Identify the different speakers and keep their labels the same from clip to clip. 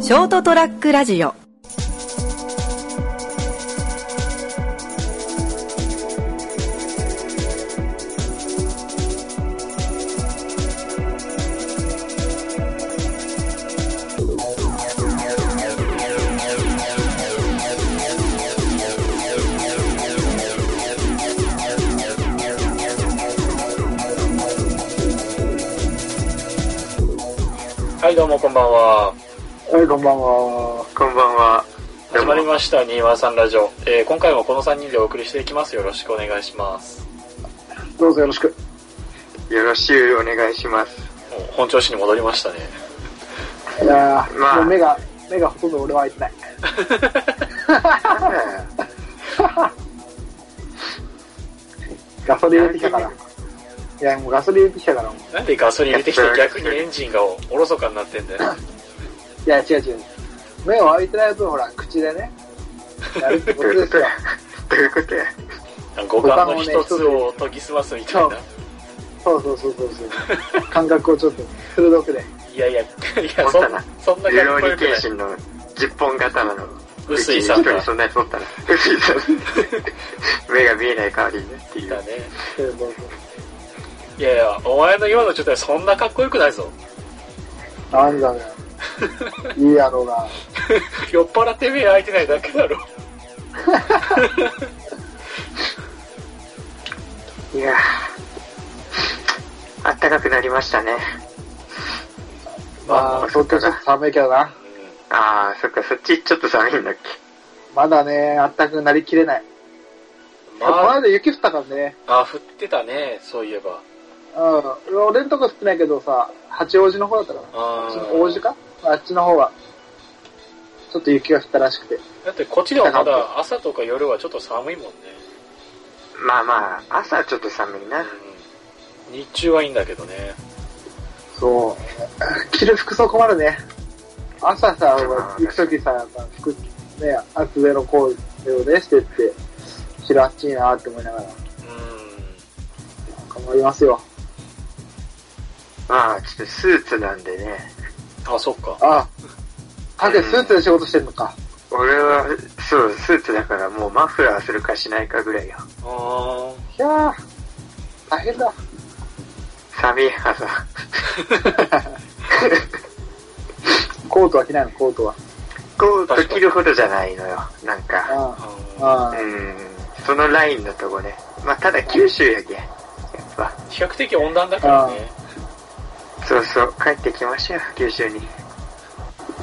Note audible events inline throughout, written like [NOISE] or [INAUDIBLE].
Speaker 1: ショートトラックラジオ
Speaker 2: はい、どうもこんばんは。
Speaker 3: はい、こんばんは。
Speaker 4: こんばんは。
Speaker 2: 始まりました、新和さんラジオ。えー今回もこの3人でお送りしていきます。よろしくお願いします。
Speaker 3: どうぞよろしく。
Speaker 4: よろしゅうお願いします。
Speaker 2: もう本調子に戻りましたね。
Speaker 3: いやー、
Speaker 4: まあ
Speaker 3: もう目が、目がほとんど俺は開いてない。ガソリン入れてきたから。いや、もうガソリン入れてきたから、もう。
Speaker 2: なんでガソリン入れてきて逆にエンジンがおろそかになってんだよ。
Speaker 3: いや、違う違う。目を開いてない分、ほら、口でね、やるってこ
Speaker 4: どう
Speaker 3: と
Speaker 4: い
Speaker 3: で
Speaker 4: う
Speaker 3: す
Speaker 4: こと
Speaker 3: よ
Speaker 4: や。どういうことや
Speaker 2: 五感の一つを研ぎ澄ますみたいな。
Speaker 3: そうそうそうそうそう。感覚をちょっと、鋭くで。
Speaker 2: いやいや、いや、
Speaker 4: 思
Speaker 2: そ
Speaker 4: っ
Speaker 2: んな
Speaker 4: たな、
Speaker 2: そんな
Speaker 4: 流
Speaker 2: かっ
Speaker 4: 浪
Speaker 2: こよ
Speaker 4: に
Speaker 2: くない。
Speaker 4: 剣心の十本刀の。
Speaker 2: 臼井さん
Speaker 4: 一
Speaker 2: が
Speaker 4: 人そんなやつおったな。薄井さん。 [LAUGHS] 目が見えない代わりにねってい
Speaker 2: だ
Speaker 4: う。
Speaker 2: ね。
Speaker 3: そうそうそう
Speaker 2: いやいや、お前の今の状態そんなかっこよくないぞ。 [LAUGHS]
Speaker 3: なんだね。いいやろうな。
Speaker 2: 酔っ払って目開いてないだけだろ。
Speaker 4: いやー。あったかくなりましたね。
Speaker 3: まあ、東京ちょっと寒いけどな。
Speaker 4: あー、そっか、そっちちょっと寒いんだっけ。
Speaker 3: まだね、あったくなりきれない。
Speaker 2: ま
Speaker 3: まあ、この
Speaker 2: あ、
Speaker 3: 間雪降ったからね。
Speaker 2: あ、降ってたね、そういえば。
Speaker 3: うん。俺んとこ降ってないけどさ、八王子の方だったから。
Speaker 2: あ
Speaker 3: そ
Speaker 2: ー
Speaker 3: の王子かあっちの方は、ちょっと雪が降ったらしくて。
Speaker 2: だってこっちではまだ朝とか夜はちょっと寒いもんね、
Speaker 4: まあまあ、朝はちょっと寒いな。
Speaker 2: うん、日中はいいんだけどね
Speaker 3: [LAUGHS] そう。着る服装困るね。朝さ、行くときさ、服、ね、厚手のコーデをね、してって、白あっちいなって思いながら、
Speaker 2: う
Speaker 3: 頑張りますよ。
Speaker 4: まあ、ちょっとスーツなんでね。
Speaker 2: んあそっか
Speaker 3: ああ。かけスーツで仕事してんのか。
Speaker 4: 俺は、そう、スーツだからもうマフラーするかしないかぐらいよ。
Speaker 2: あー
Speaker 3: いやー、大変だ。
Speaker 4: 寒い朝。
Speaker 3: コートは着ないの、コートは。
Speaker 4: コート着るほどじゃないのよ。なんか。
Speaker 3: あ
Speaker 2: あ
Speaker 3: あ、
Speaker 2: ー
Speaker 3: ああ、
Speaker 4: うん。そのラインのとこね。まあ、ただ九州やけん。やっぱ。
Speaker 2: 比較的温暖だからね
Speaker 4: そうそう。帰ってきましょう。九州に。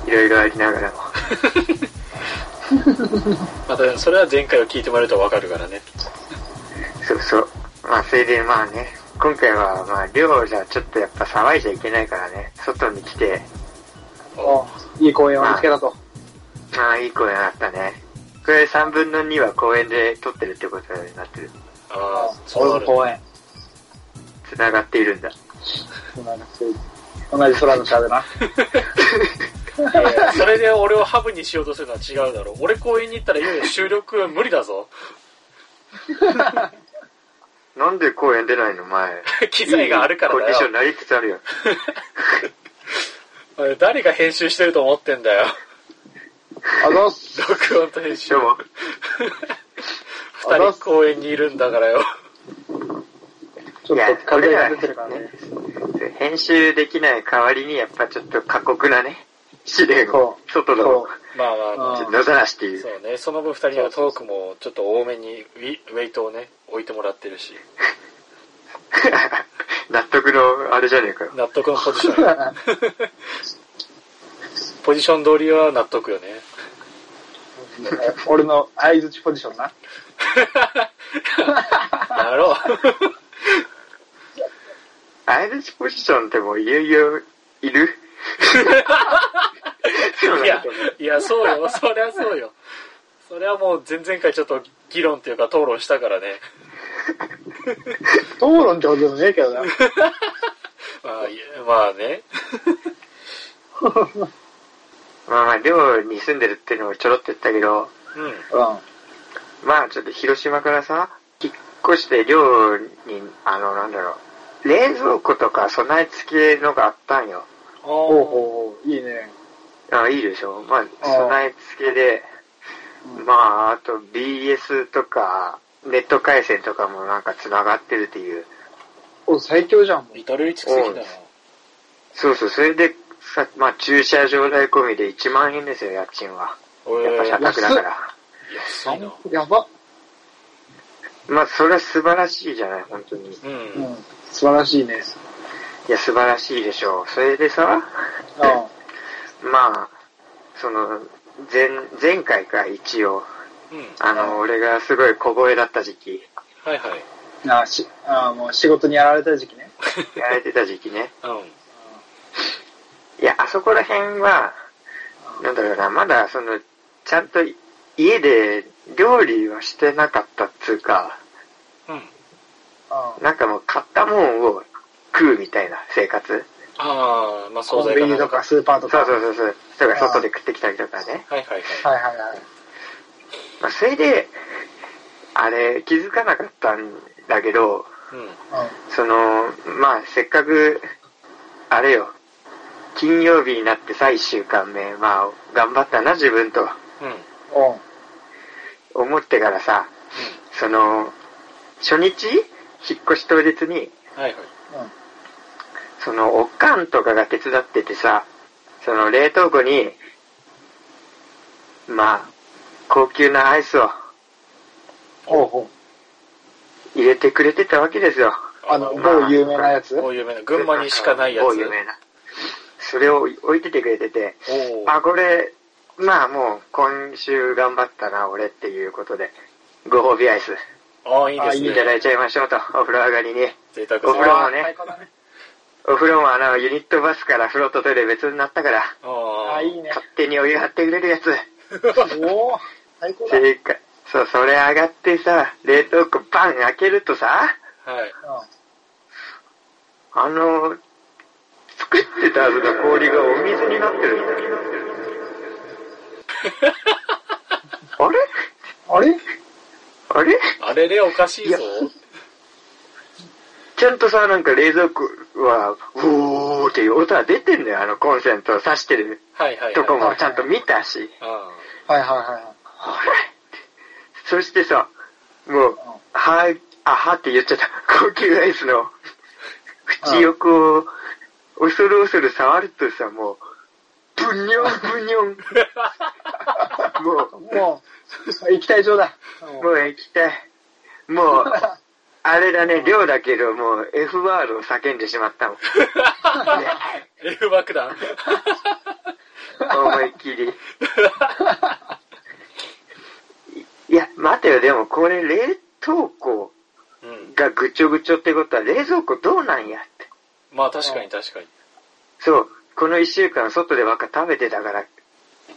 Speaker 4: いろいろありながらも。
Speaker 2: またそれは前回を聞いてもらえるとわかるからね
Speaker 4: そうそう。まあ、それでまあね。今回は、まあ、寮じゃちょっとやっぱ騒いじゃいけないからね。外に来て、
Speaker 3: おいい公園を見つけたと。
Speaker 4: まあ、いい公園あったね。これ3分の2は公園で撮ってるってことになってる。
Speaker 2: ああそうな
Speaker 3: 俺の
Speaker 2: る
Speaker 3: 公園。
Speaker 4: 繋がっているんだ。
Speaker 3: そうなんですよ同じ空の下でな。
Speaker 2: いやいやそれで俺をハブにしようとするのは違うだろう俺公園に行ったらいよいよ収録無理だぞ [LAUGHS]
Speaker 4: なんで公園出ないの前。
Speaker 2: 機材があるから
Speaker 4: コンディシ
Speaker 2: だ
Speaker 4: ョンになりつつあるよ。
Speaker 2: よ誰が編集してると思ってんだよ
Speaker 3: あざっす。
Speaker 2: 録音と編集
Speaker 4: でも、
Speaker 2: [LAUGHS] 二人公園にいるんだからよ
Speaker 3: ちょっ
Speaker 4: いや
Speaker 3: と風が出てるからね。
Speaker 4: 編集できない代わりに、やっぱちょっと過酷なね、試練を
Speaker 3: そ、
Speaker 4: 外の、
Speaker 3: そ
Speaker 2: まあまあまあ
Speaker 3: う
Speaker 4: ちょっと野ざらしっていう。
Speaker 2: そうね、その分二人のトークもちょっと多めにウィウェイトをね、置いてもらってるし、
Speaker 4: [LAUGHS] 納得の、あれじゃねえかよ。
Speaker 2: 納得のポジシ
Speaker 3: [LAUGHS]
Speaker 2: ョン。ポジション通りは納得よね。
Speaker 3: 俺の相槌ポジションな。
Speaker 2: やろう。
Speaker 4: アイルチポジションってもういよいよ、いるそう
Speaker 2: い
Speaker 4: なん
Speaker 2: や
Speaker 4: だ、
Speaker 2: いや、そうよ、そりゃそうよ。それはもう前々回ちょっと議論というか討論したからね。
Speaker 3: 討論ってことでもねえけどな。
Speaker 2: まあ、いやまあね。
Speaker 4: まあまあ、寮に住んでるっていうのもちょろっと言ったけど、
Speaker 2: うん。
Speaker 4: まあちょっと広島からさ、引っ越して寮に、あの、なんだろう、冷蔵庫とか備え付けのがあったんよ。
Speaker 2: お
Speaker 3: うん。おうおうおういいね。
Speaker 4: あいいでしょ。まあ、備え付けで、まあ、あと BS とか、ネット回線とかもなんか繋がってるっていう。
Speaker 3: お、最強じゃん、もう。
Speaker 2: 至れり尽くせりだな。
Speaker 4: そうそう、それで、さまあ、駐車場代込みで1万円ですよ、家賃は。やっぱ
Speaker 2: え
Speaker 4: 社
Speaker 2: ー、
Speaker 4: 宅だから。
Speaker 2: 安いな。
Speaker 3: やば。
Speaker 4: まあ、それは素晴らしいじゃない、本当に。
Speaker 2: う。
Speaker 3: うんん。素晴らしいね。
Speaker 4: いや、素晴らしいでしょう。それでさ、
Speaker 3: あ
Speaker 4: まあ、その、前、前回か、一応。
Speaker 2: うん。
Speaker 4: あの、俺がすごい小声だった時期、
Speaker 2: はいはい。
Speaker 3: あ。あし、ああ、もう仕事にやられた時期ね。
Speaker 4: やられてた時期ね。
Speaker 2: うん。
Speaker 4: いや、あそこら辺は、なんだろうな、まだ、その、ちゃんと家で料理はしてなかったっつうか、
Speaker 2: うん。
Speaker 3: あ
Speaker 4: なんかもう買ったもんを食うみたいな生活。
Speaker 2: ああ、まあ、惣
Speaker 3: コン
Speaker 2: 菜
Speaker 3: ビ
Speaker 2: か
Speaker 3: ニ
Speaker 2: な
Speaker 3: とかスーパーと
Speaker 4: そう
Speaker 3: か。
Speaker 4: そう
Speaker 3: う
Speaker 4: そうそう。人が外で食ってきたりとかね。
Speaker 2: はいはいはい。
Speaker 3: はいはいはい。
Speaker 4: まあ、それで、あれ、気づかなかったんだけど、
Speaker 2: うん。
Speaker 4: その、まあ、せっかく、あれよ、金曜日になってさ、一週間目、まあ、頑張ったな、自分と
Speaker 2: うん。
Speaker 3: うん。うん。
Speaker 4: 思ってからさ、その、初日、引っ越し当日に、
Speaker 2: はいはい。
Speaker 4: その、おかんとかが手伝っててさ、その、冷凍庫に、まあ、高級なアイスを
Speaker 3: ほうほう。
Speaker 4: 入れてくれてたわけですよ。
Speaker 3: あの、
Speaker 4: まあ
Speaker 3: 某有名なやつ
Speaker 2: 某有名な、群馬にしかないやつ。
Speaker 4: 某有名な。それを置いててくれてて、
Speaker 2: おー
Speaker 4: あ、これ、まあもう今週頑張ったな、俺っていうことで、ご褒美アイス
Speaker 2: ああ、いいで
Speaker 3: あ
Speaker 2: す
Speaker 3: い
Speaker 4: い
Speaker 2: ね
Speaker 4: た。だいちゃいましょうと、お風呂上がりに。
Speaker 2: 贅沢
Speaker 4: お
Speaker 2: ですね。
Speaker 4: 風呂
Speaker 2: あ
Speaker 4: も
Speaker 3: あー
Speaker 4: ね
Speaker 3: 最、高だね。
Speaker 4: お風呂もあの、ユニットバスから風呂とトイレ別になったから、
Speaker 3: あ
Speaker 2: あ
Speaker 3: あ、いいね。
Speaker 4: 勝手にお湯張ってくれるやつ。
Speaker 3: おお、最高だ。うん。
Speaker 4: 正解。そう、それ上がってさ、冷凍庫バン開けるとさ、
Speaker 2: はい。
Speaker 4: あの、作ってたはずの氷がお水になってるんだよ。あれ
Speaker 3: あれ
Speaker 4: あれ
Speaker 2: あれれおかしいぞ。
Speaker 4: ちゃんとさ、なんか冷蔵庫は、おーっていう音は出てんだよ、あのコンセントを挿してる
Speaker 2: はいはいはい。
Speaker 4: とこ
Speaker 3: は
Speaker 4: も
Speaker 3: い
Speaker 4: ちゃんと見たし。
Speaker 2: あ
Speaker 3: はいはいは
Speaker 4: あれそしてさ、もう、は、あはって言っちゃった。高級アイスの、口をこう、恐る恐る触るとさ、もう、ブニョンブニョン。も
Speaker 3: い。もう、液体状だ。
Speaker 4: う、もう液体。もう、あれだね、量だけど、もう F ワードを叫んでしまったもん。
Speaker 2: ー F 爆弾。 [LAUGHS]
Speaker 4: 思いっきり。いや、待てよ、でもこれ冷凍庫
Speaker 2: うん。
Speaker 4: がぐちょぐちょってことは冷蔵庫どうなんやって。
Speaker 2: まあ確かに確かに。
Speaker 4: そう、この一週間外でばっか食べてたから、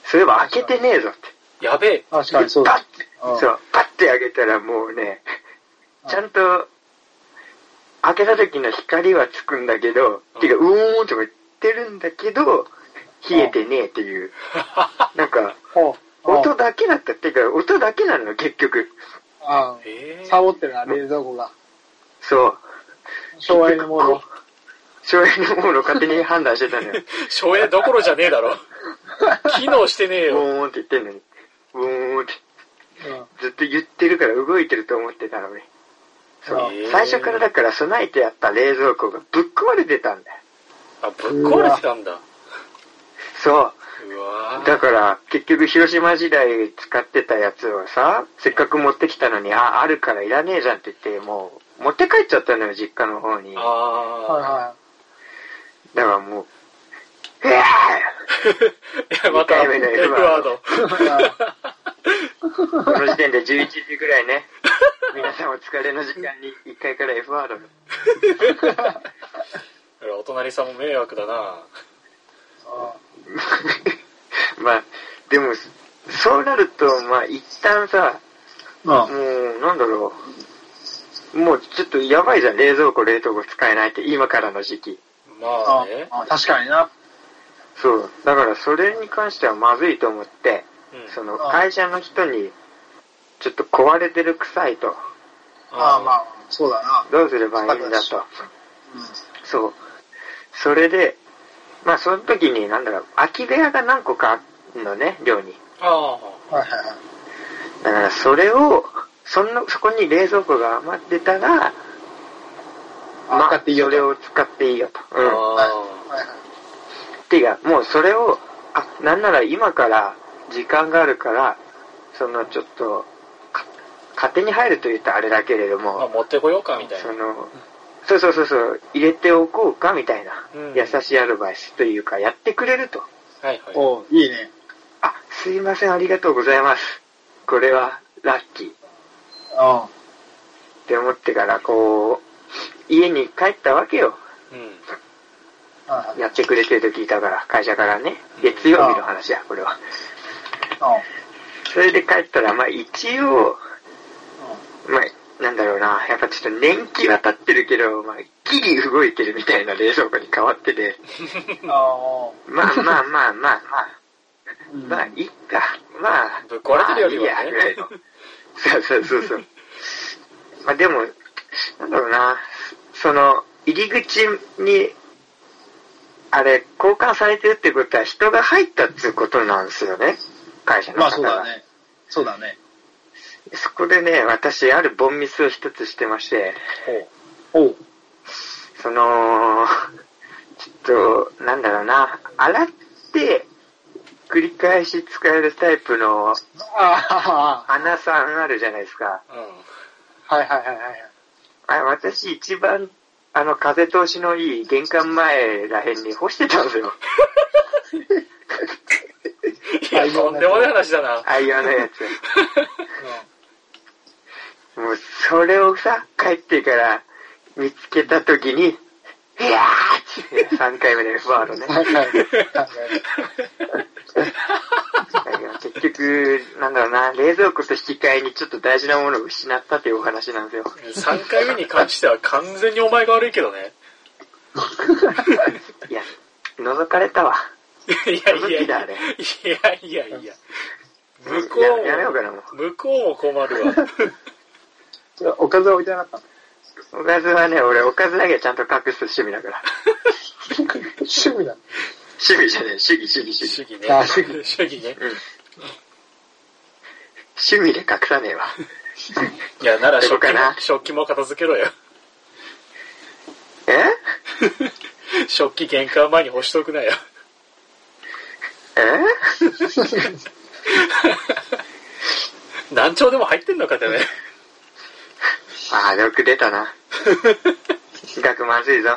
Speaker 4: そういえば開けてねえぞって。
Speaker 2: やべえ。
Speaker 3: 確かにそう
Speaker 4: パッ
Speaker 3: だ
Speaker 4: て。、
Speaker 3: うん
Speaker 4: そう、パッて開けたらもうね、ちゃんと、開けた時の光はつくんだけど、
Speaker 2: うん
Speaker 4: てか、うおーんとか言ってるんだけど、冷えてねえっていう。なんか、
Speaker 3: ほう。ほう
Speaker 4: 音だけだったっていうか、音だけなのよ、結局。
Speaker 3: あ
Speaker 2: え
Speaker 3: あ、
Speaker 2: え。
Speaker 3: サボってるな、冷蔵庫が。
Speaker 4: そう。
Speaker 3: 昭和のモード。
Speaker 4: 省エネモードを勝手に判断してたの
Speaker 3: [LAUGHS]
Speaker 4: よ。
Speaker 2: 省エネどころじゃねえだろ。機能してねえ
Speaker 4: ウ
Speaker 2: よ。
Speaker 4: ォーンって言ってんのに。ウォーンって。
Speaker 3: うん。
Speaker 4: ずっと言ってるから動いてると思ってたのに。そう
Speaker 2: へー。
Speaker 4: 最初からだから備えてあった冷蔵庫がぶっ壊れてたんだよ。
Speaker 2: あ、ぶっ壊れてたんだ。
Speaker 4: そう。
Speaker 2: うわ
Speaker 4: だ
Speaker 2: ー
Speaker 4: から、結局広島時代使ってたやつをさ、せっかく持ってきたのに、あ、あるからいらねえじゃんって言って、もう、持って帰っちゃったのよ、実家の方に。だか
Speaker 2: あ
Speaker 3: はいは
Speaker 4: らもう、え
Speaker 2: [LAUGHS] あ。また、
Speaker 4: 二回目の
Speaker 2: F ワード。
Speaker 4: ーこの時点で11時ぐら
Speaker 2: [LAUGHS]
Speaker 4: いね、皆さんお疲れの時間に1回から F ワード [LAUGHS] が
Speaker 2: そ [LAUGHS] れお隣さんも迷惑だな。
Speaker 4: まあ、でも、そうなると、まあ、一旦さ、
Speaker 3: い。
Speaker 4: もう、なんだろう。もう、ちょっとやばいじゃん。冷蔵庫、冷凍庫使えないって、今からの時期。
Speaker 2: まあ
Speaker 3: うん
Speaker 2: ね。。
Speaker 3: あ確かにな。
Speaker 4: そう。だから、それに関してはまずいと思って、
Speaker 2: うん
Speaker 4: その、
Speaker 3: あ
Speaker 4: 会社の人に、ちょっと壊れてる臭いと。
Speaker 3: ああ、まあ、そうだな。
Speaker 4: どうすればいいんだと。
Speaker 3: うん。
Speaker 4: そう。それで、まあ、その時に、なんだろう、空き部屋が何個かあるのね、寮に。
Speaker 2: あ
Speaker 3: はいはいはい。
Speaker 4: だから、それを、そんな、そこに冷蔵庫が余ってたら、ま
Speaker 3: 使
Speaker 4: あ
Speaker 3: っ、ていいよ
Speaker 4: そ
Speaker 3: と
Speaker 4: れを使っていいよと。
Speaker 2: あ。
Speaker 4: うん。
Speaker 2: あ
Speaker 3: はいはい。
Speaker 4: ていうか、もうそれを、あ、なんなら今から時間があるから、そのちょっと、か勝手に入ると言ったらあれだけれど
Speaker 2: あ。まあ、
Speaker 4: も、
Speaker 2: 持ってこようか、みたい
Speaker 4: そ
Speaker 2: な。
Speaker 4: の、そうそうそうそう、入れておこうかみたいな、
Speaker 2: うん
Speaker 4: 優しいアドバイスというか、やってくれると。
Speaker 2: はいはい。
Speaker 3: おいいね。
Speaker 4: あ、すいません、ありがとうございます。これはラッキーっ
Speaker 3: うん。
Speaker 4: て思ってから、こう、家に帰ったわけよ。
Speaker 2: うん。
Speaker 3: はいはい。
Speaker 4: やってくれてると聞いたから、会社からね。月曜日の話だ、これは。それで帰ったら、まあ一応、まあ、なんだろうな、やっぱちょっと年季は経ってるけど、まあ、ギリ動いてるみたいな冷蔵庫に変わってて、
Speaker 3: うん。 [LAUGHS] あ
Speaker 4: まあまあまあまあ
Speaker 3: う
Speaker 4: まあ、
Speaker 3: ん
Speaker 4: まあ、いっか、まあ、
Speaker 2: ぶっ壊れてるよりはね
Speaker 4: まあいいやぐらいのそうそうそうそう。まあでも、なんだろうな、その、入り口に、あれ、交換されてるってことは人が入ったっていうことなんですよね、会社の方が。
Speaker 3: まあそうだね。そうだね。
Speaker 4: そこでね、私、あるボンミスを一つしてまして、
Speaker 2: ほ
Speaker 3: おう。
Speaker 4: その、ちょっと、なんだろうな、洗って、繰り返し使えるタイプの
Speaker 3: あ
Speaker 4: 穴さんあるじゃないですか。
Speaker 2: う。うん。
Speaker 3: あ、はいはいはいはい。
Speaker 4: あ私一番、あの、風通しのいい玄関前らへんに干してたんですよ。
Speaker 2: いや、とんでもない話だな。
Speaker 4: ああいうあのやつ。もう、それをさ、帰ってから見つけた時に、いやーって3回目でバーのね。
Speaker 3: はいはい。
Speaker 4: だけど結局、なんだろうな、冷蔵庫と引き換えにちょっと大事なものを失ったというお話なんですよ。
Speaker 2: 3回目に関しては完全にお前が悪いけどね。
Speaker 4: いや、覗かれたわ。
Speaker 2: いやいやい
Speaker 4: 武器だ
Speaker 2: や
Speaker 4: あれ。
Speaker 2: いやいやいや。向こ
Speaker 4: ややめようかな、も
Speaker 2: うも、向こうも困る
Speaker 4: [LAUGHS]
Speaker 2: わ。
Speaker 3: おかずは置いてなかっ
Speaker 4: う。おかずはね、俺、おかずだけはちゃんと隠す趣味だから。
Speaker 3: たの。趣味だ。
Speaker 4: 趣味じゃねえ、主義、主義、主義。
Speaker 2: 主義ね
Speaker 3: あ主義。
Speaker 2: 主義ね。
Speaker 4: 趣味で隠さねえわ。
Speaker 2: いや、なら食器
Speaker 4: どうか
Speaker 2: も
Speaker 4: な、
Speaker 2: 食器も片付けろよ。
Speaker 4: え
Speaker 2: 食器玄関前に干しとくなよ。 [LAUGHS]
Speaker 4: え
Speaker 2: 何丁でも入ってんのかてね。
Speaker 4: ああ、よく出たな。額まずいぞ。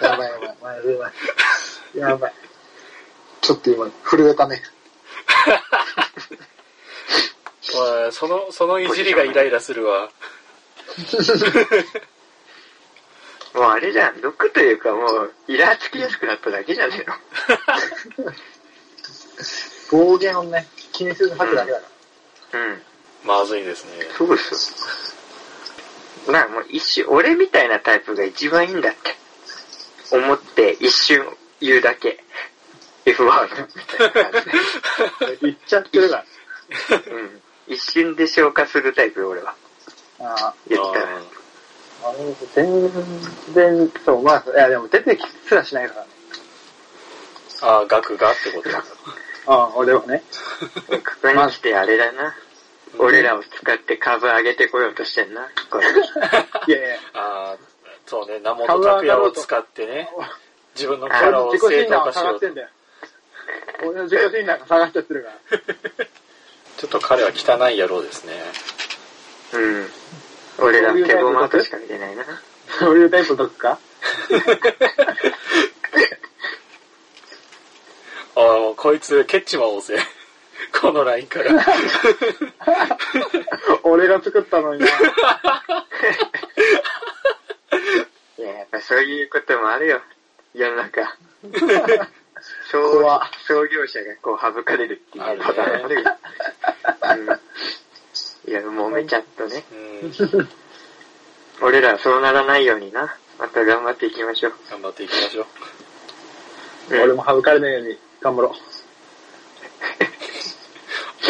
Speaker 3: やばいやばい。まずいわやばい。ちょっと今、震えたね。
Speaker 2: おいその、そのいじりがイライラする
Speaker 3: [LAUGHS]
Speaker 2: わ。
Speaker 4: もうあれじゃん、毒というかもう、イラつきやすくなっただけじゃねえの。
Speaker 3: 暴言をね、気にせず吐くだけだか
Speaker 4: うん。
Speaker 2: まずいですね。
Speaker 4: そうですよ。まあもう一瞬、俺みたいなタイプが一番いいんだって。思って一瞬言うだけ。F ワードみたいな感
Speaker 3: ら。言っちゃってるか
Speaker 4: じで。うん。一瞬で消化するタイプよ、俺は。
Speaker 3: ら。ああ。
Speaker 4: 言ったら。
Speaker 3: あの全然、そう、まあ、いやでも出てきすらしないからね。
Speaker 2: ああ、額がってことだ。
Speaker 3: ああ、俺はね。
Speaker 4: ここに来てあれだな。俺らを使って株上げてこようとしてんな。これ。
Speaker 3: いやいや、
Speaker 2: ああ、そうね、名本拓也を使ってね、自分のキャ
Speaker 3: 俺
Speaker 2: ラ
Speaker 3: の
Speaker 2: を
Speaker 3: 自己
Speaker 2: 正
Speaker 3: 診断
Speaker 2: 当
Speaker 3: は
Speaker 2: 化し
Speaker 3: 下
Speaker 2: よ
Speaker 3: がっ
Speaker 2: う
Speaker 3: て
Speaker 2: と。
Speaker 3: んだよ。俺の自己診断が下がっちゃってるから。
Speaker 2: ちょっと彼は汚い野郎
Speaker 3: [LAUGHS]
Speaker 2: ですね。
Speaker 4: うん。俺らの手駒としか見てないな。
Speaker 3: そういうタイプどっか
Speaker 2: ああ、こいつ、ケッチマおうぜ。このラインから。
Speaker 3: [LAUGHS] 俺が作ったのにな。
Speaker 4: いや、やっぱそういうこともあるよ。世の
Speaker 3: [LAUGHS]
Speaker 4: 中。創
Speaker 3: 怖
Speaker 4: 創業者がこう省かれるっていうパターンあるよ。うん、いや、揉めちゃっとね。
Speaker 2: うん、
Speaker 4: 俺らはそうならないようにな。また頑張っていきましょう。
Speaker 2: 頑張っていきましょう。
Speaker 4: うん
Speaker 3: 俺も省かれないように頑張ろう。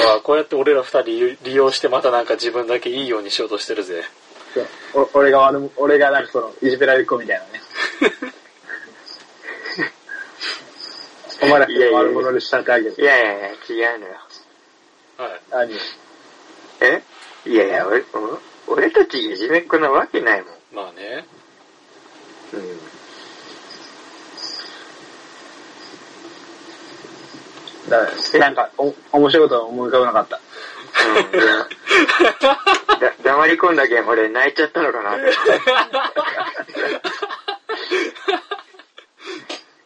Speaker 2: ああ、こうやって俺ら二人利利用してまたなんか自分だけいいようにしようとしてるぜ。
Speaker 3: そうお俺が悪も、俺がなんかその、いじめられっ子みたいなね。まなくても悪者に仕立て上げ
Speaker 4: い
Speaker 3: て。
Speaker 4: やいやいや、違うのよ。
Speaker 2: はい。
Speaker 3: 何
Speaker 4: えいやいや、俺、俺たちいじめっ子なわけないもん。
Speaker 2: まあね。
Speaker 4: うん。
Speaker 3: だからなんか、お、面白いことは思い浮かばなかった。
Speaker 4: うんいやだ黙り込んだけん俺泣いちゃったのかなって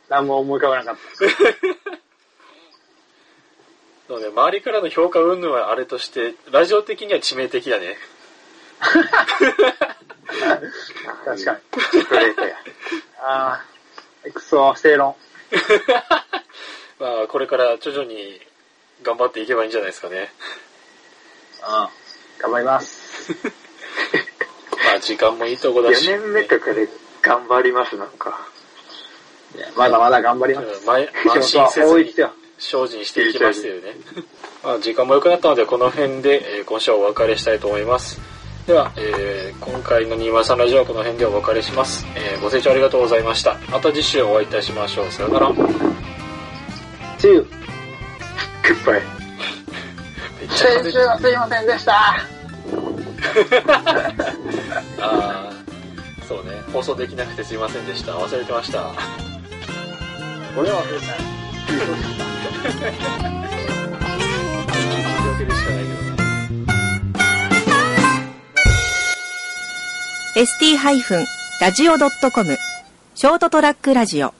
Speaker 3: 何も思い浮かばなかっ
Speaker 2: なので、周りからの評価云々はあれとして、ラジオ的には致命的だね。
Speaker 3: 確かに
Speaker 4: ストレートや
Speaker 3: た。ああ、クソ、正論。
Speaker 2: まあ、これから徐々に頑張っていけばいいんじゃないですかね。
Speaker 3: ああ、頑張ります。
Speaker 2: まあ、時間もいいとこだし。
Speaker 4: 4年目とかで頑張りますなんか
Speaker 3: いやまだまだ頑張り
Speaker 2: う
Speaker 3: ます。
Speaker 2: ん前、
Speaker 3: 仕
Speaker 2: 慢
Speaker 3: 事
Speaker 2: 心
Speaker 3: は
Speaker 2: せ
Speaker 3: 多
Speaker 2: ず
Speaker 3: い [LAUGHS] で
Speaker 2: に
Speaker 3: すよ。
Speaker 2: 精進していきますよね。まあ、時間も良くなったので、この辺で、えー今週はお別れしたいと思います。では、えー今回の203ラジオはこの辺でお別れします、えーご清聴ありがとうございました。また次週お会いいたしましょう。さよなら。めっ
Speaker 3: See you.
Speaker 4: グッバイ
Speaker 2: ちゃ風
Speaker 3: 週はすいませんでした。
Speaker 2: あーそうね放送できなくてすいませんでした忘れてました
Speaker 3: 俺は忘れてない。
Speaker 2: 言い訳でしかないけどな
Speaker 1: ST-radio.com ショートトラックラジオ